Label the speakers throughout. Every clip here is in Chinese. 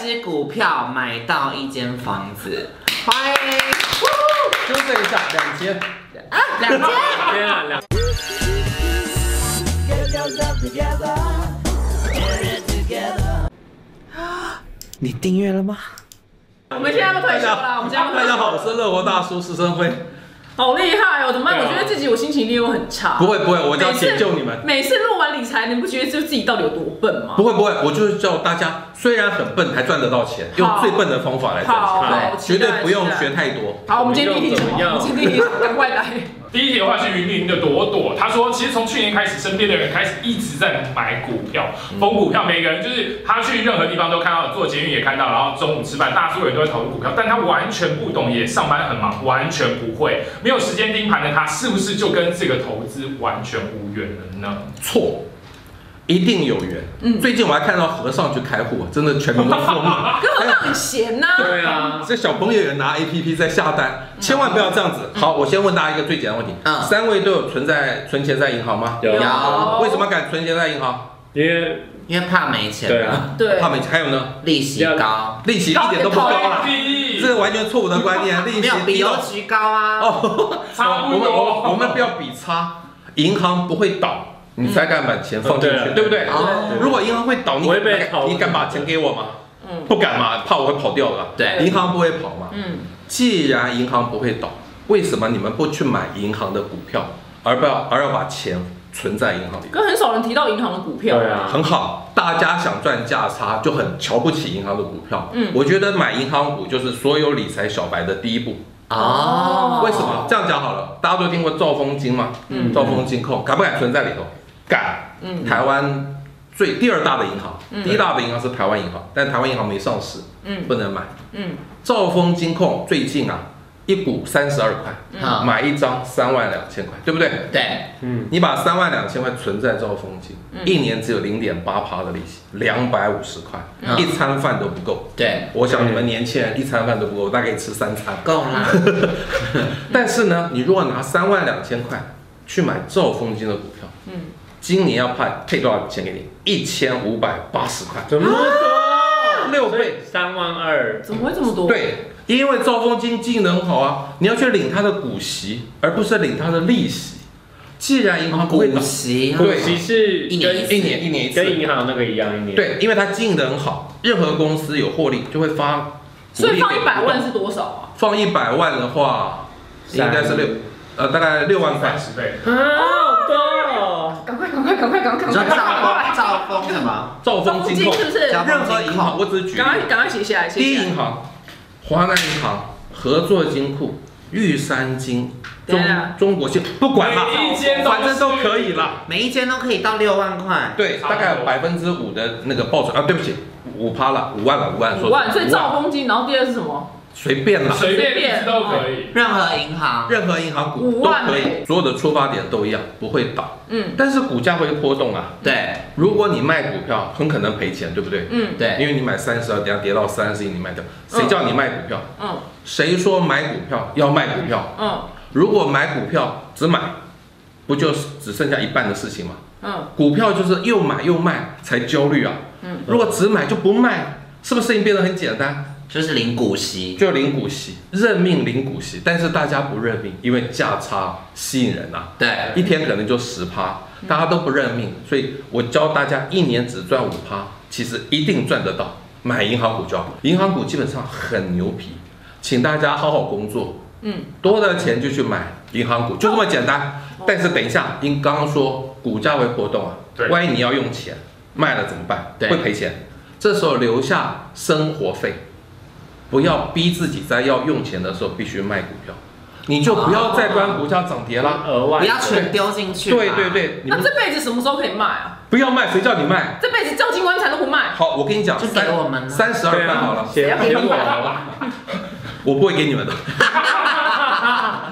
Speaker 1: 只股票买到一间房子，欢迎！
Speaker 2: 纠正一下，两千。
Speaker 1: 两间
Speaker 2: 天啊，两。
Speaker 1: 你订阅了吗？
Speaker 3: 我们现在都退休了，我们现在都
Speaker 2: 大
Speaker 3: 退休
Speaker 2: 家
Speaker 3: 了
Speaker 2: 好，我是乐活大叔施生辉。
Speaker 3: 好厉害哦！怎么办？
Speaker 2: 对
Speaker 3: 我
Speaker 2: 啊
Speaker 3: 觉得自己我心情一定又很差。
Speaker 2: 不会不会，我要
Speaker 3: 每次
Speaker 2: 解救你们。
Speaker 3: 每次录完理财，你不觉得就自己到底有多笨吗
Speaker 2: 不？会不会，我就是叫大家，虽然很笨，还赚得到钱，用最笨的方法来
Speaker 3: 好
Speaker 2: 赚
Speaker 3: 好
Speaker 2: 钱，绝
Speaker 3: 期待
Speaker 2: 对不用
Speaker 3: 期待
Speaker 2: 学太多。
Speaker 3: 好，我们今天第一题什么？
Speaker 4: 我们要
Speaker 3: 我们今天第一题赶快来。
Speaker 4: 第一题的话是云林的朵朵，她说，其实从去年开始，身边的人开始一直在买股票，疯股票。每个人就是他去任何地方都看到，做捷运也看到，然后中午吃饭，大多数人都在讨论股票，但他完全不懂，也上班很忙，完全不会，没有时间盯盘的他，是不是就跟这个投资完全无缘了呢？
Speaker 2: 错，一定有缘。
Speaker 3: 嗯
Speaker 2: 最近我还看到和尚去开户，真的全民都疯 了。哎呀
Speaker 3: 很闲呐、
Speaker 4: 对啊，
Speaker 2: 这小朋友也拿 A P P 在下单，千万不要这样
Speaker 3: 嗯
Speaker 2: 子。好，我先问大家一个最简单的问题：
Speaker 1: 嗯
Speaker 2: 三位都有存在存钱在银行吗？
Speaker 1: 有
Speaker 2: 为什么敢存钱在银行？
Speaker 5: 因为
Speaker 1: 因为怕没钱，
Speaker 5: 对，啊，
Speaker 3: 对
Speaker 2: 怕没钱。还有呢，
Speaker 1: 利息高，
Speaker 2: 利息啊一点都不高啦，
Speaker 4: 低
Speaker 2: 这完全错误的观念。利
Speaker 1: 没有
Speaker 2: 息
Speaker 1: 比
Speaker 2: 低
Speaker 1: 邮
Speaker 2: 到
Speaker 1: 局高啊。
Speaker 2: 哦，
Speaker 4: 差
Speaker 2: 我
Speaker 4: 不
Speaker 2: 们我们我
Speaker 4: 多。
Speaker 2: 们不要比差，银行不会倒，你才敢把钱放进
Speaker 5: 嗯对
Speaker 2: 去，
Speaker 5: 啊
Speaker 2: 对不对？
Speaker 1: 哦
Speaker 2: 如果银行会倒，你
Speaker 5: 我会被套
Speaker 2: 你敢把钱给我吗？
Speaker 3: 嗯
Speaker 2: 不敢嘛，怕我会跑掉了。
Speaker 1: 对，
Speaker 2: 银行不会跑嘛。
Speaker 3: 嗯，
Speaker 2: 既然银行不会倒，为什么你们不去买银行的股票，而不要而要把钱存在银行里？
Speaker 3: 跟很少人提到银行的股票。
Speaker 5: 对啊，
Speaker 2: 很好，大家想赚价差就很瞧不起银行的股票。
Speaker 3: 嗯
Speaker 2: 我觉得买银行股就是所有理财小白的第一步。
Speaker 1: 哦，
Speaker 2: 为什么？这样讲好了？大家都听过兆丰金吗？
Speaker 3: 嗯
Speaker 2: 兆丰金控敢不敢存在里头？敢。
Speaker 3: 嗯
Speaker 2: 台湾最第二大的银行，
Speaker 3: 嗯
Speaker 2: 第一大的银行是台湾银行，但台湾银行没上市，
Speaker 3: 嗯
Speaker 2: 不能买。
Speaker 3: 嗯，
Speaker 2: 兆丰金控最近啊，一股三十二块，
Speaker 3: 啊
Speaker 1: 好，
Speaker 2: 买一张三万两千块，对不对？
Speaker 1: 嗯对，
Speaker 5: 嗯，
Speaker 2: 你把三万两千块存在兆丰金，
Speaker 3: 嗯
Speaker 2: 一年只有零点八趴的利息，两百五十块，
Speaker 1: 嗯
Speaker 2: 一餐饭都不够。
Speaker 1: 对，
Speaker 2: 我想你们年轻人一餐饭都不够，大概吃三餐。
Speaker 1: 够啦。
Speaker 2: 但是呢，你如果拿三万两千块去买兆丰金的股票，
Speaker 3: 嗯
Speaker 2: 今年要派配多少钱给你？一千五百八十块，
Speaker 5: 怎么多？
Speaker 2: 六倍。
Speaker 5: 三万二，
Speaker 3: 怎么会这么多？，
Speaker 2: 对，因为兆丰金技能好啊，你要去领它的股息，而不是领它的利息。既然银行不会
Speaker 1: 股
Speaker 2: 倒，
Speaker 1: 息，
Speaker 2: 对
Speaker 5: 其实
Speaker 1: 一年
Speaker 5: 跟
Speaker 2: 一年一年一
Speaker 5: 跟
Speaker 2: 次，
Speaker 5: 银行那个一样，一年，
Speaker 2: 对，因为它经营的很好，任何公司有获利就会发股
Speaker 3: 所以
Speaker 2: 利给股
Speaker 3: 放一百万
Speaker 2: 东。
Speaker 3: 是多少啊？
Speaker 2: 放一百万的话，应该是六，呃，大概六万块
Speaker 4: 三。十倍，
Speaker 5: 啊，好多哦，
Speaker 3: 赶快赶快赶快赶快
Speaker 1: 你
Speaker 3: 赶
Speaker 1: 说
Speaker 3: 快赶
Speaker 1: 兆
Speaker 3: 快！
Speaker 1: 丰兆丰什么？
Speaker 2: 兆丰金控
Speaker 3: 是，不是？
Speaker 1: 兆
Speaker 3: 赶
Speaker 2: 任何银行，我只是举例
Speaker 3: 快赶快写下来，写
Speaker 2: 第一
Speaker 3: 下来
Speaker 2: 银行、华南银行、合作金库、玉山金、
Speaker 3: 对
Speaker 2: 中
Speaker 3: 啊
Speaker 2: 中国信，不管了，
Speaker 4: 每一间都
Speaker 2: 反正都
Speaker 4: 是
Speaker 2: 可以啦。
Speaker 1: 每一间都可以到六万块。
Speaker 2: 对，
Speaker 4: 差不
Speaker 2: 大
Speaker 4: 多
Speaker 2: 概有百分之五的那个报酬啊，对不起，五趴了，五万了，五万，说
Speaker 3: 五万，所以
Speaker 2: 五
Speaker 3: 兆丰金，然后第二是什么？
Speaker 2: 随便啦，
Speaker 4: 随
Speaker 3: 随便
Speaker 4: 便一次都可以。
Speaker 1: 任何银行，
Speaker 2: 任何银行股
Speaker 3: 五
Speaker 2: 都
Speaker 3: 万
Speaker 2: 可
Speaker 3: 欸
Speaker 2: 以，所有的出发点都一样，不会倒，
Speaker 3: 嗯
Speaker 2: 但是股价会波动啊。
Speaker 1: 对
Speaker 2: 如果你卖股票，很可能赔钱，对不对？
Speaker 3: 嗯
Speaker 1: 对，
Speaker 2: 因为你买三十二，等下跌到三十一，你卖掉，谁
Speaker 3: 嗯
Speaker 2: 叫你卖股票？
Speaker 3: 嗯
Speaker 2: 谁说买股票要卖股票？
Speaker 3: 嗯
Speaker 2: 如果买股票只买，不就只剩下一半的事情吗？
Speaker 3: 嗯，
Speaker 2: 股票就是又买又卖才焦虑啊。
Speaker 3: 嗯
Speaker 2: 如果只买就不卖，是不是事情变得很简单？
Speaker 1: 就是零股息。
Speaker 2: 就领股息，认命领股息，但是大家不认命，因为价差吸引人啊，
Speaker 1: 对，
Speaker 2: 一天可能就十趴，大家都不认命，所以我教大家一年只赚五趴，其实一定赚得到。买银行股就好，银行股基本上很牛皮，请大家好好工作，
Speaker 3: 嗯，
Speaker 2: 多的钱就去买银行股，就这么简单
Speaker 3: 哦。
Speaker 2: 但是等一下，因刚刚说股价会波动啊，
Speaker 4: 对
Speaker 2: 万一你要用钱卖了怎么办？
Speaker 1: 对
Speaker 2: 会赔钱。这时候留下生活费，不要逼自己在要用钱的时候必须卖股票，你就不要
Speaker 3: 哦
Speaker 2: 再关股价涨跌啦。
Speaker 5: 额外
Speaker 1: 不要全丢进去。
Speaker 2: 对对，对，你
Speaker 3: 那
Speaker 2: 们
Speaker 3: 这辈子什么时候可以卖啊？
Speaker 2: 不要卖，谁叫你卖？
Speaker 3: 这辈子照金棺材都不卖，
Speaker 2: 好，我跟你讲，
Speaker 1: 就给我们啊
Speaker 2: 三十二
Speaker 5: 对
Speaker 2: 块
Speaker 5: 啊，
Speaker 2: 好了，
Speaker 5: 写
Speaker 3: 谁
Speaker 5: 写
Speaker 3: 要给
Speaker 5: 我
Speaker 3: 你
Speaker 5: 了，
Speaker 2: 我不会给你们的，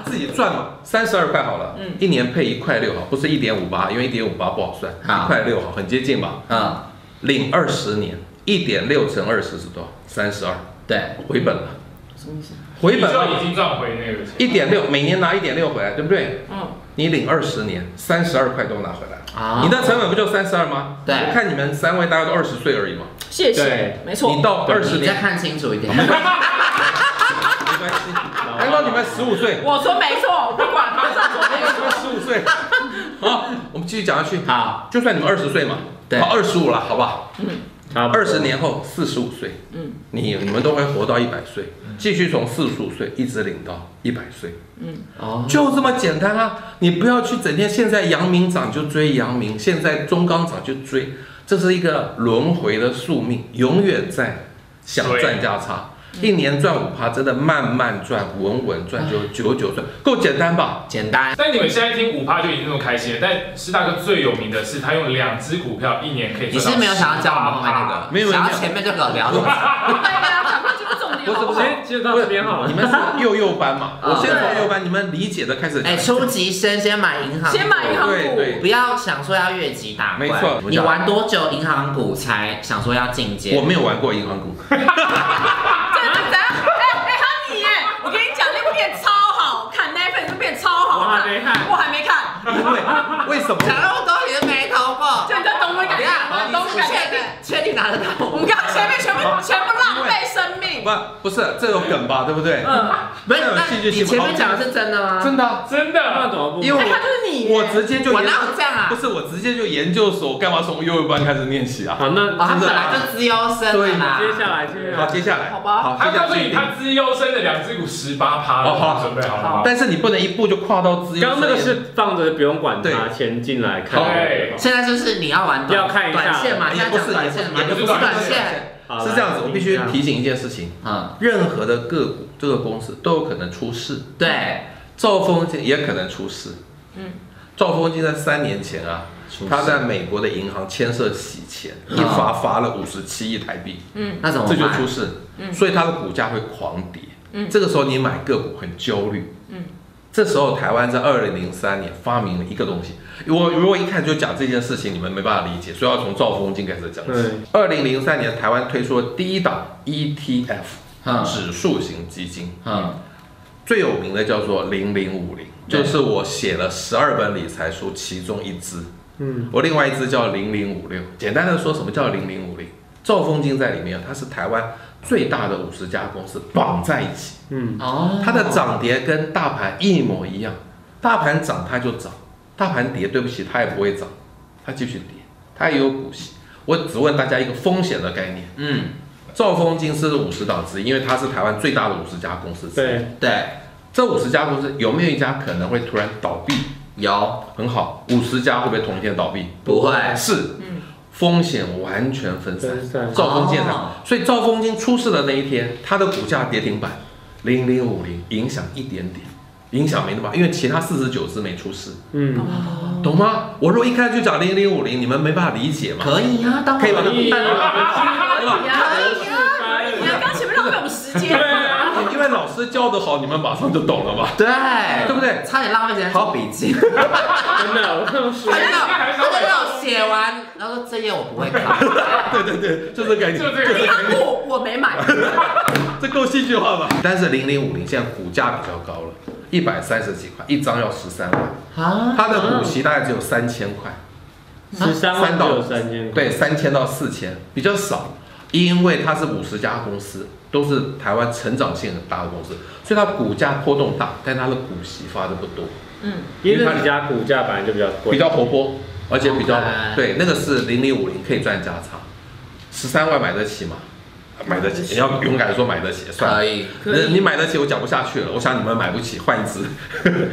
Speaker 2: 自己赚嘛，三十二块好了，
Speaker 3: 嗯
Speaker 2: 一年配一块六好，不是一点五八，因为一点五八不好算，
Speaker 1: 好
Speaker 2: 一块六好，很接近吧？
Speaker 1: 嗯，
Speaker 2: 领二十年，一点六乘二十是多少？三十二，
Speaker 1: 对，
Speaker 2: 回本了，
Speaker 3: 什么意思？
Speaker 2: 回本
Speaker 4: 你就
Speaker 2: 了，
Speaker 4: 已经赚回那 个钱。
Speaker 2: 一点六，每年拿一点六回来，对不对？
Speaker 3: 嗯，
Speaker 2: 你领二十年，三十二块都拿回来了，
Speaker 1: 啊
Speaker 2: 你的成本不就三十二吗？
Speaker 1: 对
Speaker 2: 我看你们三位大概都二十岁而已嘛，
Speaker 3: 谢谢
Speaker 5: 对，
Speaker 3: 没错
Speaker 2: 你。到二十
Speaker 1: 你再
Speaker 2: 年
Speaker 1: 看清楚一点。
Speaker 2: 哦没 关系，还到哎你们十五岁，
Speaker 3: 我说没错，我不管，马上说没
Speaker 2: 你们
Speaker 3: 错。
Speaker 2: 十五岁， 好，我们继续讲下去。
Speaker 1: 好，
Speaker 2: 就算你们二十岁嘛，
Speaker 1: 对
Speaker 2: 二十五了，好不好？
Speaker 5: 差不多
Speaker 2: 二十，年后四十五岁，
Speaker 3: 嗯
Speaker 2: 你你们都会活到一百岁，
Speaker 5: 嗯
Speaker 2: 继续从四十五岁一直领到一百岁，
Speaker 1: 哦，
Speaker 2: 就这么简单啊！你不要去整天现在阳明涨就追阳明，现在中钢涨就追，这是一个轮回的宿命，永远在想赚价差。
Speaker 5: 嗯
Speaker 2: 一年赚五趴，真的慢慢赚，稳稳赚，就
Speaker 5: 嗯
Speaker 2: 久久赚，够简单吧？
Speaker 1: 简 单。
Speaker 4: 但你们现在听五趴就已经那么开心了，但施大哥最有名的是他用两只股票一年可以
Speaker 1: 你
Speaker 4: 赚到
Speaker 1: 是没有想要教我们后面那个，
Speaker 4: 18%
Speaker 2: 没有没有
Speaker 1: 想要前面就给我聊了。
Speaker 3: 对啊，赶快进入重点好
Speaker 5: 我
Speaker 3: 不好？
Speaker 5: 先就到这边
Speaker 1: 啊
Speaker 5: 好
Speaker 2: 你
Speaker 5: 了。
Speaker 2: 们是幼幼班嘛？
Speaker 1: 哦
Speaker 2: 我先从幼幼班，你们理解的开始。
Speaker 1: 哎，初级生先买银行，
Speaker 3: 先买银行
Speaker 2: 对对
Speaker 3: 股，
Speaker 1: 不要想说要越级打怪。
Speaker 2: 没错
Speaker 1: 你玩多久银行股才想说要进阶？
Speaker 2: 我没有玩过银行股，
Speaker 3: 这个怎样？哎哎，哈你耶！我跟你讲，那部片超好看，那一份就变超好看。
Speaker 5: 我还没看
Speaker 3: 我还没看。
Speaker 2: 因为 为什么？
Speaker 1: 想让我懂你的眉头不？
Speaker 3: 就你在懂我感
Speaker 1: 等一
Speaker 3: 觉
Speaker 1: 下，
Speaker 3: 吗，
Speaker 1: 你
Speaker 3: 懂我
Speaker 1: 是
Speaker 3: 感
Speaker 1: 确
Speaker 3: 觉
Speaker 1: 定。确定拿得到我
Speaker 3: 我
Speaker 1: 们
Speaker 3: 们刚
Speaker 1: 刚
Speaker 3: 刚前面全部全部浪费生命。
Speaker 2: 不，不是这有梗吧？对不对？
Speaker 3: 嗯，
Speaker 1: 没有，那
Speaker 2: 戏剧
Speaker 1: 你
Speaker 2: 性
Speaker 1: 前面讲的是真的吗？
Speaker 2: 真的啊，
Speaker 4: 真
Speaker 5: 那
Speaker 4: 的，
Speaker 5: 怎么不？
Speaker 2: 因为
Speaker 3: 哎，他就是你耶。
Speaker 2: 我直接就
Speaker 1: 我
Speaker 2: 研
Speaker 1: 哪有这样
Speaker 2: 不
Speaker 1: 啊？
Speaker 2: 是我直接就研究所，干嘛从幼幼班开始念起啊？
Speaker 5: 好，那
Speaker 1: 哦，他
Speaker 2: 真的
Speaker 1: 本来就资优生了啦。
Speaker 5: 接下来
Speaker 1: 啊
Speaker 5: 接下
Speaker 2: 好，
Speaker 5: 来，
Speaker 2: 接下来，
Speaker 3: 好吧
Speaker 2: 好，
Speaker 4: 他
Speaker 2: 接下
Speaker 4: 告诉
Speaker 2: 来
Speaker 4: 你
Speaker 2: 继续
Speaker 4: 他资优生的两只股十八趴
Speaker 2: 哦好
Speaker 4: 了，准备好了吗？
Speaker 2: 但是你不能一步就跨到资优生。
Speaker 5: 刚刚那个是放着不用管它，
Speaker 2: 对
Speaker 5: 钱进来看。
Speaker 4: 对，
Speaker 1: 现在就是你要玩短
Speaker 5: 要看一下
Speaker 1: 短线嘛，
Speaker 2: 也
Speaker 1: 现在
Speaker 2: 不
Speaker 1: 讲
Speaker 2: 是，
Speaker 1: 短
Speaker 2: 也
Speaker 1: 线
Speaker 2: 不
Speaker 1: 嘛，
Speaker 2: 是，也
Speaker 1: 就
Speaker 2: 不
Speaker 1: 不是
Speaker 2: 是短
Speaker 1: 短线。
Speaker 2: 线，
Speaker 5: 好
Speaker 2: 是这样子。我必须提醒一件事情，
Speaker 1: 嗯，
Speaker 2: 任何的个股，这个公司都有可能出事。
Speaker 1: 对，
Speaker 2: 兆丰金也可能出事。
Speaker 3: 嗯
Speaker 2: 嗯，兆丰金在三年前啊，他在美国的银行牵涉洗钱，
Speaker 1: 嗯
Speaker 2: 一罚罚了五十七亿台币，
Speaker 1: 那怎么
Speaker 2: 这就
Speaker 1: 办嗯
Speaker 2: 出？事。所以它的股价会狂跌。
Speaker 3: 嗯
Speaker 2: 这个时候你买个股很焦虑。
Speaker 3: 嗯
Speaker 2: 这时候台湾在二零零三年发明了一个东西，我如果一看就讲这件事情，你们没办法理解，所以要从兆丰金开始讲起。二零零三年台湾推出了第一档 ETF、
Speaker 1: 嗯
Speaker 2: 指数型基金，
Speaker 1: 嗯，
Speaker 2: 最有名的叫做零零五零，
Speaker 1: 对
Speaker 2: 就是我写了十二本理财书，其中一支，
Speaker 5: 嗯，
Speaker 2: 我另外一支叫零零五六。简单的说，什么叫零零五零？兆丰金在里面，它是台湾最大的五十家公司绑在一起，
Speaker 5: 嗯，
Speaker 1: 哦，
Speaker 2: 它的涨跌跟大盘一模一样，大盘涨它就涨，大盘跌对不起它也不会涨，它继续跌，它也有股息。我只问大家一个风险的概念，
Speaker 1: 嗯，
Speaker 2: 兆丰金是五十档之一，因为它是台湾最大的五十家公司之一。
Speaker 5: 对，
Speaker 1: 对，
Speaker 2: 这五十家公司有没有一家可能会突然倒闭？
Speaker 1: 有
Speaker 2: 很好，五十家会不会同一天倒闭？
Speaker 1: 不会？
Speaker 2: 是，
Speaker 3: 嗯
Speaker 2: 风险完全分散
Speaker 5: 分。散
Speaker 2: 兆丰建
Speaker 1: 哦
Speaker 2: 厂，所以兆丰金出事的那一天，它的股价跌停板零零五零，影响一点点，影响没那么大，因为其他四十九只没出事，
Speaker 5: 嗯，
Speaker 1: 哦
Speaker 2: 懂吗？我如果一开始就讲零零五零，你们没办法理解嘛？
Speaker 1: 可以啊，当然
Speaker 2: 可以吧
Speaker 5: 可以，
Speaker 3: 可以啊，可以啊，可以啊，刚前面浪费我们时间。
Speaker 4: 啊
Speaker 2: 因为老师教的好，你们马上就懂了吧？
Speaker 1: 对，啊
Speaker 2: 对不对
Speaker 1: 差点浪费时间做笔记。
Speaker 5: 真的，我刚刚说
Speaker 1: 他就让
Speaker 4: 还
Speaker 1: 他
Speaker 4: 是
Speaker 1: 就让我写完，然后说这页我不会看，
Speaker 2: 对对对，就这个概
Speaker 4: 就
Speaker 2: 念。
Speaker 4: 这
Speaker 3: 银
Speaker 4: 个。
Speaker 3: 行股我没买，
Speaker 2: 这够戏剧化吧？但是零零五零现在股价比较高了，一百三十几块，一张要十三万，
Speaker 1: 啊，
Speaker 2: 它的股息大概只有三千块，
Speaker 5: 十三万
Speaker 2: 啊三
Speaker 5: 只
Speaker 2: 到
Speaker 5: 有三千，，
Speaker 2: 对，三千到四千比较少，因为它是五十家公司，都是台湾成长性很大的公司，所以它股价波动大，但它的股息发的不多，
Speaker 3: 嗯，
Speaker 5: 因为那几家股价本来就比较贵，
Speaker 2: 比较活泼，而且比较
Speaker 1: OK
Speaker 2: 对，那个是零零五零可以赚价差，十三万买得起吗？买得起，你要勇敢说买得起，算了
Speaker 1: 可。以，
Speaker 3: 可以
Speaker 2: 你你买得起，我讲不下去了。我想你们买不起，换一只。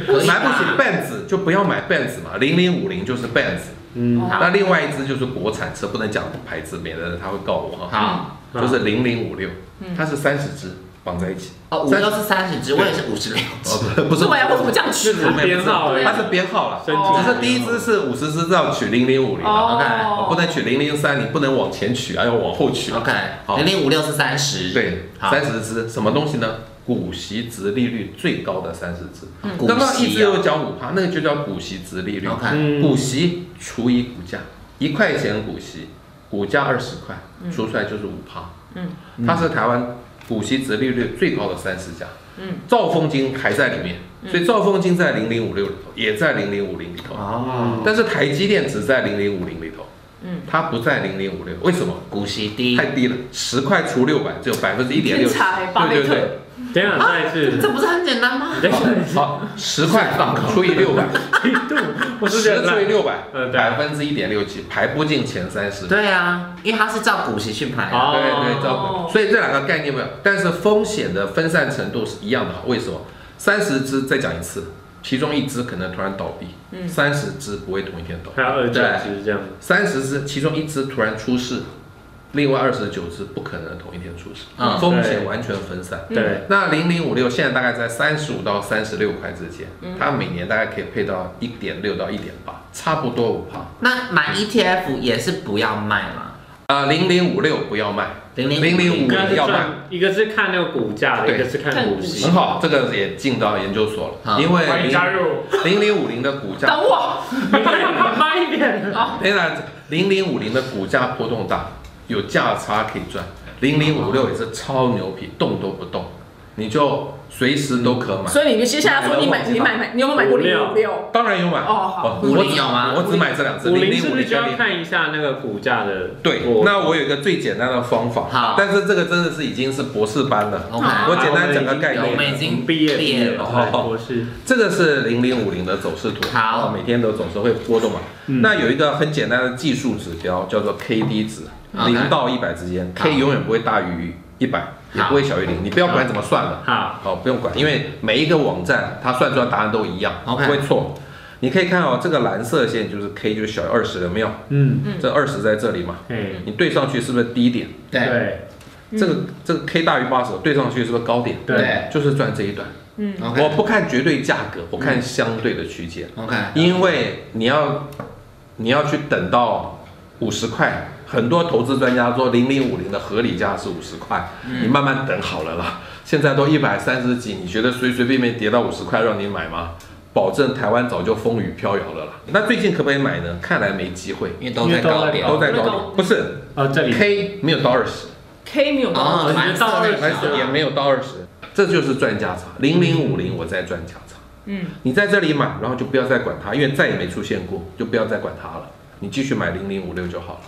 Speaker 1: 可以吧
Speaker 2: 买不起 Benz 就不要买 Benz 嘛，零零五零就是 Benz。
Speaker 5: 嗯，
Speaker 1: 好
Speaker 2: 那另外一只就是国产车，不能讲牌子，免得他会告我哈。
Speaker 1: 好，
Speaker 2: 就是零零五六
Speaker 3: 嗯，
Speaker 2: 它是三十只绑在一起。
Speaker 1: 哦，五六是三十只，我也是五十六只，
Speaker 2: 哦，不
Speaker 3: 不
Speaker 2: 是
Speaker 3: 是，我要为什么这样取
Speaker 5: 就？是编号而已
Speaker 2: 它，是编号了。
Speaker 5: 申
Speaker 3: 哦
Speaker 5: 请
Speaker 2: 只是第一只是五十只，要取零零五零啊，
Speaker 1: 哦
Speaker 2: 不能取零零三，你不能往前取啊，要往后取。
Speaker 1: OK，
Speaker 2: 好
Speaker 1: 零零五六是三十，
Speaker 2: 对，
Speaker 1: 好
Speaker 2: 三十只什么东西呢？股息值利率最高的三十只。
Speaker 1: 嗯
Speaker 2: 刚刚
Speaker 1: 股息
Speaker 2: 一直有讲五趴，那个就叫股息值利率。
Speaker 1: ，OK，
Speaker 5: 嗯，
Speaker 2: 股息除以股价，一块钱股息，股价二十块，除出来就是五趴。
Speaker 3: 嗯，
Speaker 2: 它是台湾股息折利率最高的三十家，
Speaker 3: 嗯，
Speaker 2: 兆丰金还在里面，所以兆丰金在零零五六里头，也在零零五零里头，
Speaker 1: 哦，
Speaker 2: 但是台积电只在零零五零里头，
Speaker 3: 嗯，
Speaker 2: 它不在零零五六，为什么？
Speaker 1: 股息低
Speaker 2: 太，低了，十块除六百，只有百分之一点
Speaker 3: 天
Speaker 2: 六，
Speaker 3: 才巴
Speaker 2: 对
Speaker 3: 菲
Speaker 2: 对
Speaker 3: 特
Speaker 2: 对，
Speaker 5: 等一下
Speaker 2: 啊
Speaker 5: 再一 次，
Speaker 1: 这不是很简单吗？
Speaker 5: 等一下
Speaker 2: 好，十块除以六百，
Speaker 5: 一度，我是觉
Speaker 2: 十
Speaker 5: 得
Speaker 2: 除以
Speaker 5: 烂
Speaker 2: 六百，
Speaker 5: 嗯对
Speaker 2: 百分之一点六七，排不进前三十。
Speaker 1: 对啊，因为它是照股息去排啊。
Speaker 5: 哦
Speaker 2: 对对，照
Speaker 3: 哦
Speaker 2: 顾。所以这两个概念没有，但是风险的分散程度是一样的好。为什么？三十只再讲一次，其中一只可能突然倒闭，三十只不会同一天倒
Speaker 5: 还有二
Speaker 2: 闭，
Speaker 5: 九
Speaker 2: 对，
Speaker 5: 十这样，
Speaker 2: 三十只其中一只突然出事，另外二十九只不可能同一天出事，
Speaker 1: 嗯
Speaker 2: 风
Speaker 5: 对
Speaker 2: 险完全分散。
Speaker 5: 对，
Speaker 2: 那零零五六现在大概在三十五到三十六块之间，它每年大概可以配到一点六到一点八，差不多五趴。
Speaker 1: 那买 ETF 也是不要卖嘛，
Speaker 2: 啊，零零五六不要卖，零
Speaker 1: 0056
Speaker 2: 零五
Speaker 5: 一个是
Speaker 2: 零要卖。
Speaker 5: 赚，一个是看那个股价的，
Speaker 2: 对
Speaker 5: 一个是看股息
Speaker 2: 很。好，这个也进到研究所
Speaker 1: 好
Speaker 2: 了，因为
Speaker 4: 欢迎加
Speaker 2: 零
Speaker 4: 入。
Speaker 2: 零零五零的股
Speaker 3: 等
Speaker 2: 价，
Speaker 3: 我，
Speaker 5: 慢一点，
Speaker 2: 当然零零五零的股价波动大，有价差可以赚，零零五六也是超牛皮，动都不动，你就随时都可买。
Speaker 3: 所以你们接下来说你买，你买买，你有没有买过
Speaker 5: 五六
Speaker 3: 零五六？
Speaker 2: 当然有买
Speaker 3: 哦好
Speaker 2: 我
Speaker 1: 50有吗
Speaker 2: 我只买这两只，
Speaker 5: 五
Speaker 2: 零
Speaker 5: 零是
Speaker 2: 零五
Speaker 5: 不是
Speaker 2: 零
Speaker 5: 就
Speaker 2: 跟
Speaker 5: 要
Speaker 2: 零。
Speaker 5: 看一下那个股价的波
Speaker 2: 对
Speaker 5: 动？，
Speaker 2: 那我有一个最简单的方法，
Speaker 1: 哦好
Speaker 2: 但是这个真的是已经是博士班了。
Speaker 1: OK，
Speaker 2: 我简单讲个概
Speaker 1: 我们
Speaker 2: 念，
Speaker 1: 哦已经
Speaker 5: 毕业
Speaker 1: 毕业了
Speaker 5: 对博士，
Speaker 2: 这个是零零五零的走势图，
Speaker 1: 好
Speaker 2: 啊每天都总是会波动嘛。
Speaker 5: 嗯
Speaker 2: 那有一个很简单的技术指标叫做 K D 值，
Speaker 1: OK
Speaker 2: 零到一百之间
Speaker 1: 好
Speaker 2: ，K 永远不会大于一百，也不会小于零，你不要管怎么算了，
Speaker 5: 好，
Speaker 2: 好，不用管，因为每一个网站它算出来答案都一样，不
Speaker 1: OK
Speaker 2: 会错。你可以看哦，这个蓝色线就是 K 就是小于二十，有没有？
Speaker 5: 嗯，
Speaker 3: 嗯
Speaker 2: 这二十在这里嘛，
Speaker 5: 哎，
Speaker 2: 你对上去是不是低点？
Speaker 1: 对嗯
Speaker 2: 这个这个 K 大于八十，对上去是不是高点？
Speaker 5: 对
Speaker 1: 对
Speaker 2: 就是赚这一段。
Speaker 3: 嗯，
Speaker 1: ，OK
Speaker 2: 我不看绝对价格，我看相对的区间，
Speaker 1: OK，
Speaker 2: 因为你要你要去等到五十块，很多投资专家说零零五零的合理价是五十块，你慢慢等好了啦。现在都一百三十几，你觉得随随便便跌到五十块让你买吗？保证台湾早就风雨飘摇了啦。那最近可不可以买呢？看来没机会，
Speaker 1: 因为都在高点
Speaker 5: 因为
Speaker 2: 都在高
Speaker 3: 那
Speaker 2: 点
Speaker 3: 个，
Speaker 2: 不是
Speaker 5: 哦，这里
Speaker 2: K 没有到二十。
Speaker 3: K 没有吗？
Speaker 5: 我觉得到二
Speaker 2: 还
Speaker 1: 啊
Speaker 2: 是也没有到二十，这就是赚价差，零零五零我在赚价差。
Speaker 3: 嗯，
Speaker 2: 你在这里买，然后就不要再管它，因为再也没出现过，就不要再管它了。你继续买零零五六就好了。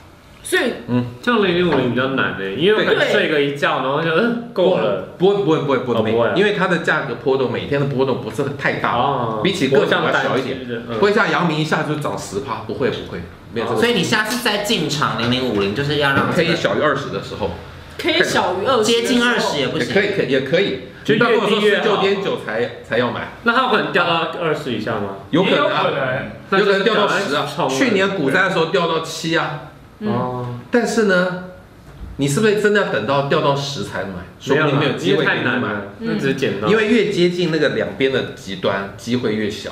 Speaker 3: 所以
Speaker 5: 这样零零五零比较难呢，因为我可能
Speaker 3: 对
Speaker 5: 睡个一觉，然后就嗯够了。
Speaker 2: 不会，不会不会不
Speaker 5: 哦
Speaker 2: 会
Speaker 5: 不会啊
Speaker 2: 因为它的价格波动每天的波动不是很太大，
Speaker 5: 哦
Speaker 2: 比起个股
Speaker 5: 不会像
Speaker 2: 还小一
Speaker 5: 单
Speaker 2: 点
Speaker 5: 只的，嗯
Speaker 2: 不会像阳明一下就涨十趴，不会不会，
Speaker 5: 哦
Speaker 2: 没有这个。
Speaker 1: 所以你下次再进场零零五零，就是要让
Speaker 2: 可
Speaker 1: 这
Speaker 2: 以
Speaker 1: 个
Speaker 2: 小于二十的时候，
Speaker 3: K 小于二，
Speaker 1: 接近二十，也不
Speaker 2: 也
Speaker 1: 行，
Speaker 2: 可以可以也可以，
Speaker 5: 就
Speaker 2: 你不要跟我说
Speaker 5: 越
Speaker 2: 十
Speaker 5: 低越
Speaker 2: 九
Speaker 5: 好
Speaker 2: 点九才才要买，
Speaker 5: 那它有可能掉到二十以下吗？
Speaker 2: 有可
Speaker 4: 也有
Speaker 2: 能啊
Speaker 4: 可。能，
Speaker 5: 那
Speaker 2: 有
Speaker 5: 就
Speaker 2: 可
Speaker 5: 是
Speaker 2: 能掉到十
Speaker 5: 赶快冲
Speaker 2: 啊
Speaker 5: 了，
Speaker 2: 去年股灾的时候掉到七啊，
Speaker 5: 哦，
Speaker 2: 但是呢，你是不是真的要等到掉到十才买？说不定没有机
Speaker 5: 因为
Speaker 2: 会给
Speaker 5: 太
Speaker 2: 你
Speaker 5: 难
Speaker 2: 买，
Speaker 5: 了，那只是捡到。
Speaker 2: 因为越接近那个两边的极端，机会越小。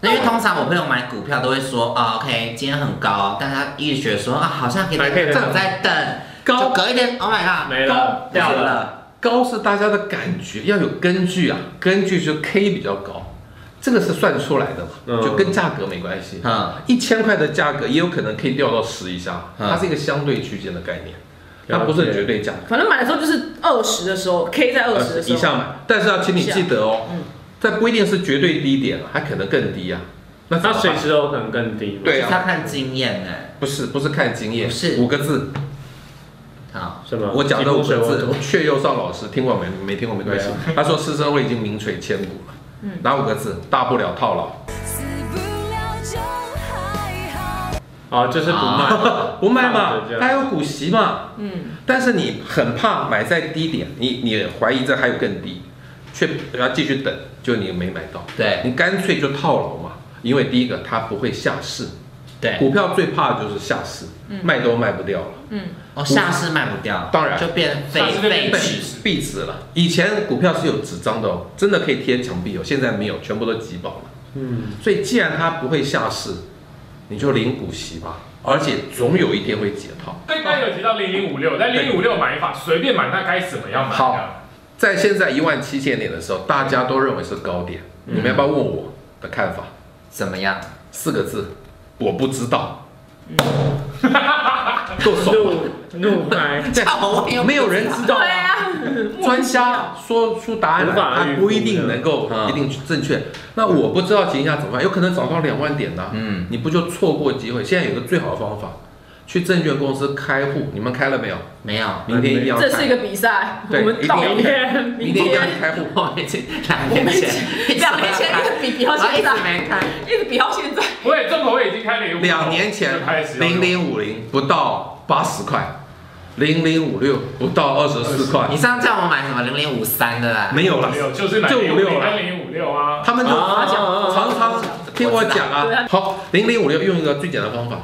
Speaker 1: 那因为通常我朋友买股票都会说啊、o k 今天很高，啊但他一直觉得说啊，好像可以
Speaker 5: 还可以
Speaker 1: 再
Speaker 5: 再
Speaker 1: 等再等，
Speaker 2: 高
Speaker 1: 就隔一天，Oh my god，
Speaker 5: 没了
Speaker 1: 高
Speaker 5: 掉了
Speaker 1: 没，
Speaker 2: 高是大家的感觉，要有根据啊，根据就 K 比较高，这个是算出来的嘛，
Speaker 5: 嗯
Speaker 2: 就跟价格没关系。
Speaker 1: 嗯，
Speaker 2: 一千块的价格也有可能可以掉到十以下，
Speaker 1: 嗯
Speaker 2: 它是一个相对区间的概念，它不是绝对价格。呃
Speaker 3: 反正买的时候就是二十的时候，K 在二十的时
Speaker 2: 以
Speaker 3: 候，
Speaker 2: 上买，但是要请你记得哦
Speaker 3: 嗯，
Speaker 2: 这不一定是绝对低点啊，还可能更低啊。那怎
Speaker 5: 它
Speaker 2: 么
Speaker 5: 随
Speaker 2: 办？
Speaker 5: 时都有可能更低。
Speaker 2: 对
Speaker 1: 就是要
Speaker 2: 啊，
Speaker 1: 看经验呢、
Speaker 2: 不是不是看经验，
Speaker 1: 不是
Speaker 2: 五个字，
Speaker 1: 好，
Speaker 5: 什么？
Speaker 2: 我讲的五
Speaker 5: 水
Speaker 2: 个
Speaker 5: 汪
Speaker 2: 字
Speaker 5: 东，
Speaker 2: 却又上老师听过没？没听过没关系。
Speaker 5: 啊
Speaker 2: 他说师生会已经名垂千古了，哪五个字？大不了套 牢，
Speaker 6: 死不了就还好。
Speaker 5: 哦，就是不卖。
Speaker 2: 不卖嘛
Speaker 5: 套着这，样
Speaker 2: 它有股息嘛。
Speaker 3: 嗯，
Speaker 2: 但是你很怕买在低点，你你怀疑这还有更低，却要继续等，就你没买到，
Speaker 1: 对
Speaker 2: 哎你干脆就套牢嘛。因为第一个它不会下市，
Speaker 1: 对，
Speaker 2: 股票最怕的就是下市，卖都卖不掉了，
Speaker 1: 哦，下市卖不掉，
Speaker 2: 当然
Speaker 1: 就变废
Speaker 4: 下市就
Speaker 1: 废
Speaker 4: 变
Speaker 2: 被
Speaker 1: 纸，
Speaker 2: 壁纸了。以前股票是有纸张的哦，真的可以贴墙壁哦，现在没有，全部都挤爆了。
Speaker 5: 嗯，
Speaker 2: 所以既然它不会下市，你就领股息吧，而且总有一天会解套。
Speaker 4: 刚刚有提到零零五六，但零零五六买法随便买，那该怎么样买啊？
Speaker 2: 在现在一万七千点的时候，大家都认为是高点，你们要不要问我的看法？
Speaker 1: 怎么 样？
Speaker 2: 嗯 四个字，我不知道。够爽吧，
Speaker 5: 就 怒拍，
Speaker 1: 哦我也不知道
Speaker 2: 没有人知道
Speaker 3: 对
Speaker 2: 啊。
Speaker 3: 啊，
Speaker 2: 专家说出答案来，
Speaker 5: 无法
Speaker 2: 他
Speaker 5: 预
Speaker 2: 不一
Speaker 5: 估的
Speaker 2: 定能够
Speaker 1: 嗯
Speaker 2: 一定正确。那我不知道情况下怎么办，有可能找到两万点的啊、
Speaker 1: 嗯
Speaker 2: 你不就错过机会？现在有个最好的方法，去证券公司开户，你们开了没有？
Speaker 1: 没有，
Speaker 2: 明天一定要开，
Speaker 3: 这是一个比赛，
Speaker 2: 对
Speaker 3: 我们到
Speaker 2: 一
Speaker 5: 明
Speaker 2: 定要
Speaker 5: 天
Speaker 2: 明
Speaker 5: 明
Speaker 2: 天一定要
Speaker 5: 天
Speaker 2: 开户。
Speaker 1: 我们已经两
Speaker 3: 我
Speaker 1: 年
Speaker 3: 们
Speaker 1: 前，
Speaker 3: 两年前一直比比到
Speaker 1: 然后一
Speaker 3: 现
Speaker 1: 直
Speaker 3: 在，
Speaker 1: 没开，
Speaker 3: 一直比到现在，
Speaker 4: 我也重口味已经开了一个户头
Speaker 2: 两年前
Speaker 4: 就开始要用
Speaker 2: 零零五零不到八十块，零零五六不到二十四块
Speaker 1: 你，上次叫我买什么零零五三的啦？
Speaker 2: 没有了
Speaker 4: 没。有，就是买
Speaker 2: 就五六了
Speaker 4: 跟零五六啊，
Speaker 2: 他们就
Speaker 5: 啊
Speaker 2: 常常听我讲
Speaker 3: 对
Speaker 2: 啊
Speaker 3: 啊。
Speaker 2: 好，零零五六用一个最简单的方法，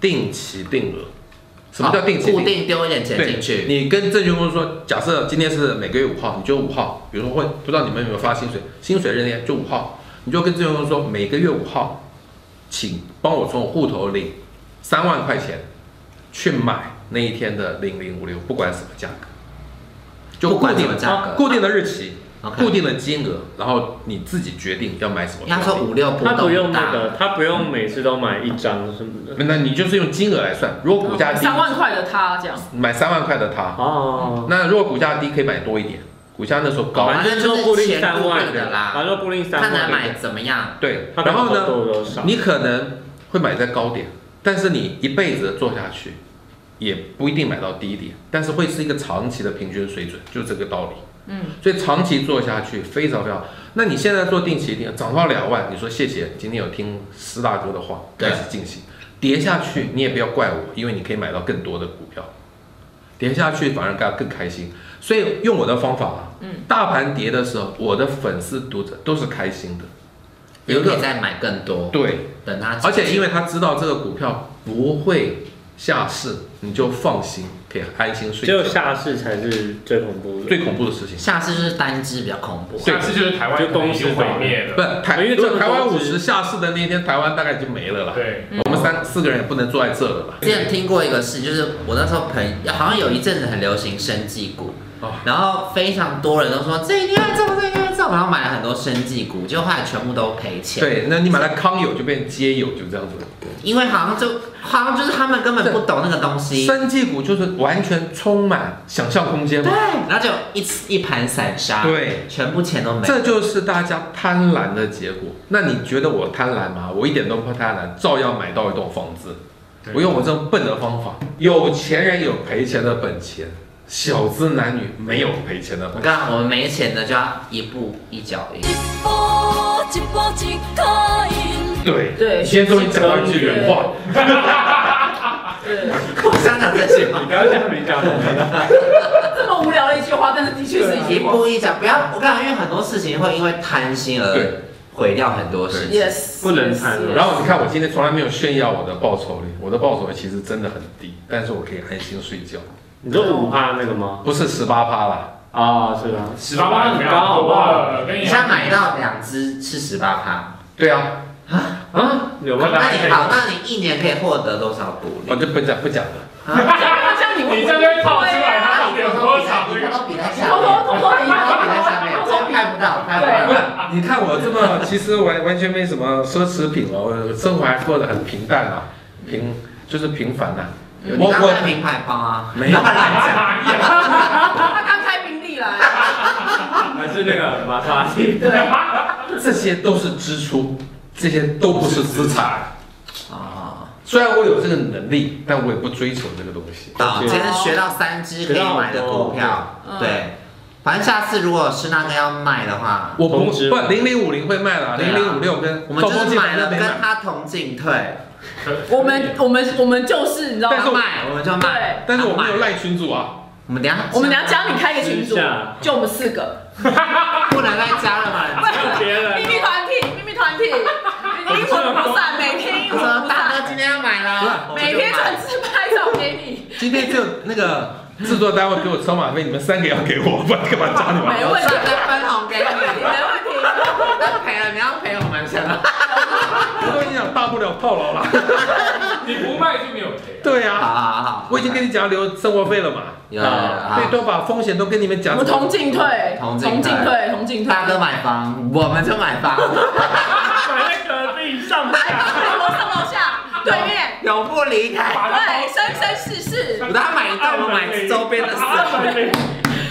Speaker 2: 定期定额。什么叫定期
Speaker 1: 哦固
Speaker 2: 定额？
Speaker 1: 定丢一点钱
Speaker 2: 对
Speaker 1: 进去，
Speaker 2: 你跟证券公司说，假设今天是每个月五号，你就五号，比如说会不知道你们有没有发薪水，薪水那天就五号，你就跟证券公司说，每个月五号，请帮我从我户头领三万块钱，去买那一天的零零五六，不管什么价格，就
Speaker 1: 不
Speaker 2: 固
Speaker 1: 管什
Speaker 2: 定
Speaker 1: 么
Speaker 2: 的
Speaker 1: 价格。
Speaker 2: 固定的日期，
Speaker 1: OK
Speaker 2: 固定的金额，然后你自己决定要买什么
Speaker 1: 因为他
Speaker 2: 标
Speaker 1: 说
Speaker 2: 的。
Speaker 1: 五六波
Speaker 5: 他不
Speaker 1: 动
Speaker 5: 用
Speaker 1: 大
Speaker 5: 那，个，他不用每次都买一张什么的。
Speaker 2: 那你就是用金额来算，如果股价低，
Speaker 3: 三万块的他这样，
Speaker 2: 买三万块的它，
Speaker 5: 哦，
Speaker 2: 那如果股价低可以买多一点，股价那时候高，
Speaker 5: 反正就固定三万
Speaker 1: 的
Speaker 5: 反
Speaker 1: 啦，
Speaker 5: 正固定三
Speaker 1: 看
Speaker 5: 万
Speaker 1: 能，买怎么样。
Speaker 2: 对，
Speaker 5: 他
Speaker 2: 然后呢，
Speaker 5: 多多少？
Speaker 2: 你可能会买在高点，但是你一辈子做下去，也不一定买到低点，但是会是一个长期的平均水准，就这个道理。
Speaker 3: 嗯，
Speaker 2: 所以长期做下去非常非常好。那你现在做定期定涨到两万，你说谢谢，今天有听施大哥的话，
Speaker 1: 对
Speaker 2: 开始进行。跌下去你也不要怪我，因为你可以买到更多的股票。跌下去反而更更开心，所以用我的方法啊，
Speaker 3: 嗯，
Speaker 2: 大盘跌的时候，我的粉丝读者都是开心的。
Speaker 1: 也可以再买更多，
Speaker 2: 对，
Speaker 1: 等它。
Speaker 2: 而且因为他知道这个股票不会下市，你就放心，可以安心睡
Speaker 5: 只有
Speaker 2: 觉。
Speaker 5: 下市才是最恐怖的，
Speaker 2: 最恐怖的事情，
Speaker 1: 下次就是单只比较恐怖，
Speaker 4: 下次就是台湾
Speaker 5: 就公司
Speaker 4: 可能已经毁灭
Speaker 2: 不
Speaker 4: 了，
Speaker 2: 是台，
Speaker 5: 因为
Speaker 2: 如果
Speaker 5: 这个
Speaker 2: 台湾
Speaker 5: 公
Speaker 2: 五
Speaker 5: 司
Speaker 2: 十下市的那天，台湾大概就没了啦。
Speaker 4: 对，
Speaker 2: 我们三四个人也不能坐在这了啦。
Speaker 1: 之前听过一个事，就是我那时候朋友好像有一阵子很流行生技股，
Speaker 2: 哦
Speaker 1: 然后非常多人都说这一定要中，这一定要中，然后买了很多生技股，结果后来全部都赔钱。，
Speaker 2: 对，那你买了康友就变街友，就这样子。
Speaker 1: 因为好像就好像就是他们根本不懂那个东西，
Speaker 2: 生技股就是完全充满想象空间
Speaker 1: 对
Speaker 2: 嘛。，
Speaker 1: 然后就一次一盘散沙，，
Speaker 2: 对，
Speaker 1: 全部钱都没。
Speaker 2: 这就是大家贪婪的结果。那你觉得我贪婪吗？我一点都不贪婪，照样买到一栋房子。
Speaker 4: 对
Speaker 2: 我用我这种笨的方法，有钱人有赔钱的本钱，小资男女没有赔钱的
Speaker 1: 我
Speaker 2: 本钱。
Speaker 1: 告诉你我们没钱的就要一步一脚印。
Speaker 6: 波一波一颗音，
Speaker 2: 对
Speaker 3: 对
Speaker 2: 今天终于讲到一句人话，
Speaker 3: 对，
Speaker 1: 我想讲这句话，
Speaker 5: 你刚刚讲没讲？
Speaker 3: 这么无聊的一句话，但是的确是
Speaker 1: 一
Speaker 3: 一步
Speaker 1: 步一脚，不要我告诉你，因为很多事情会因为贪心而
Speaker 2: 对
Speaker 1: 毁掉很多事情。
Speaker 3: ，yes，
Speaker 5: 不能谈了
Speaker 2: 然后你看，我今天从来没有炫耀我的报酬率，我的报酬率其实真的很低，但是我可以安心睡觉，
Speaker 5: 你说五趴那个吗？
Speaker 2: 不是十八趴啦，
Speaker 5: 啊，是吧？
Speaker 4: 十八万
Speaker 5: 很
Speaker 4: 很
Speaker 5: 高，好
Speaker 4: 高
Speaker 5: 不好？
Speaker 4: 了，跟
Speaker 1: 你
Speaker 4: 你
Speaker 1: 现在买到两只是十八趴，
Speaker 2: 对啊，
Speaker 5: 啊，有
Speaker 4: 可
Speaker 5: 吗？
Speaker 1: 那
Speaker 4: 能
Speaker 1: 你好，那你一年可以获得多少股
Speaker 2: 我
Speaker 1: 利？
Speaker 2: 就不讲不讲了。
Speaker 3: 这样你会
Speaker 4: 你这边套出
Speaker 3: 对
Speaker 4: 来，
Speaker 3: 啊
Speaker 4: 他到底有多少？
Speaker 1: 你偷偷比在下
Speaker 3: 偷
Speaker 1: 面，
Speaker 3: 偷偷偷
Speaker 1: 你偷偷比在下面，这样看不到，看不
Speaker 2: 不是啊
Speaker 1: 到。，
Speaker 2: 你看我这么，其实完完全没什么奢侈品哦，我生活还过得很平淡啊，平就是平凡啊呐、
Speaker 1: 你
Speaker 2: 我
Speaker 1: 刚才
Speaker 2: 我
Speaker 1: 名牌包啊，
Speaker 2: 没有
Speaker 1: 那么乱讲。
Speaker 3: 他刚开宾利来，
Speaker 5: 还是那个玛莎拉蒂？
Speaker 2: 这些都是支出，这些都不是资产。
Speaker 1: 哦，
Speaker 2: 虽然我有这个能力，但我也不追求这个东西。
Speaker 1: 好，今天哦学到三只可以买的股票，
Speaker 3: 嗯
Speaker 1: 对。反正下次如果是那个要卖的话，
Speaker 2: 我不
Speaker 5: 通知
Speaker 2: 不零零五零会卖啦，
Speaker 1: 对
Speaker 2: 零
Speaker 1: 啊
Speaker 2: 零五六跟
Speaker 1: 我们就是买了
Speaker 2: 没
Speaker 1: 跟
Speaker 2: 买，
Speaker 1: 他同进退，
Speaker 3: 我们我们我们就是你知道
Speaker 2: 但是
Speaker 3: 吗？
Speaker 2: 我
Speaker 1: 卖我们就卖。
Speaker 2: 但是我
Speaker 1: 他
Speaker 2: 们
Speaker 1: 卖
Speaker 2: 有赖群主啊，
Speaker 1: 我们等一下
Speaker 3: 我们等一下教你开一个群组
Speaker 5: 私下，
Speaker 3: 就我们四个，
Speaker 1: 不能再加了嘛。
Speaker 5: 别人
Speaker 3: 秘密团体，秘密团体，你英文不散，每天英
Speaker 1: 他
Speaker 3: 文
Speaker 1: 说
Speaker 3: 不
Speaker 1: 大
Speaker 3: 散，
Speaker 1: 哥今天要买了，
Speaker 3: 每天准时拍照给你，
Speaker 2: 今天只有那个制作单位给我车马费，你们三个要给我，不然干嘛找你
Speaker 3: 没
Speaker 2: 们？
Speaker 3: 问题，
Speaker 1: 再分红给
Speaker 3: 没
Speaker 1: 你，
Speaker 3: 问题。
Speaker 1: 那赔了你要赔我们钱了。
Speaker 2: 我都已经讲大不了套牢了。
Speaker 4: 你不卖就没有赔。啊
Speaker 2: 对啊呀、
Speaker 1: 好好好，
Speaker 2: 我已经跟你讲留生活费了嘛，
Speaker 1: 有有有
Speaker 2: 对，都把风险都跟你们
Speaker 3: 我
Speaker 2: 讲。
Speaker 3: 们同进退，
Speaker 1: 同进退
Speaker 3: 同进退，同进退。
Speaker 1: 大哥买房，我 们就买房。
Speaker 5: 摆在隔壁上下，
Speaker 3: 从楼上楼下对面，
Speaker 1: 永不离开。
Speaker 4: 把它
Speaker 3: 对，生生世世，
Speaker 1: 我他买到我买周边的
Speaker 4: 按门
Speaker 1: 事，
Speaker 4: 铃，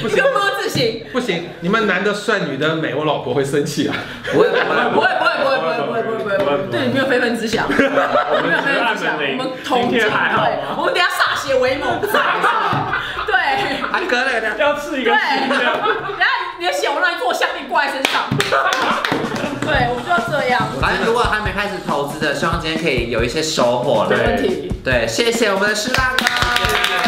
Speaker 2: 不
Speaker 3: 一
Speaker 2: 行
Speaker 3: 个摸字形，
Speaker 2: 不行，你们男的帅，女的美，我老婆会生气啊。
Speaker 1: 不会不
Speaker 3: 不
Speaker 1: 会，
Speaker 3: 会不会不会不会不会不会不会，对你没有非分之想，我没有非分之想，我们同
Speaker 5: 今
Speaker 3: 进，
Speaker 5: 天还好
Speaker 3: 对
Speaker 5: 吗，
Speaker 3: 我们等一下歃血为盟，对。
Speaker 1: 他哥那个
Speaker 5: 要吃一
Speaker 3: 对，
Speaker 5: 个
Speaker 3: 然
Speaker 5: 新疆。
Speaker 3: 后你的血我让你做项链挂在身上，对，我们就要这样，
Speaker 1: 反正如果还没开始投资的，希望今天可以有一些收获
Speaker 5: 对
Speaker 1: 了。
Speaker 3: 没问题。
Speaker 1: 对，谢谢我们的师大哥。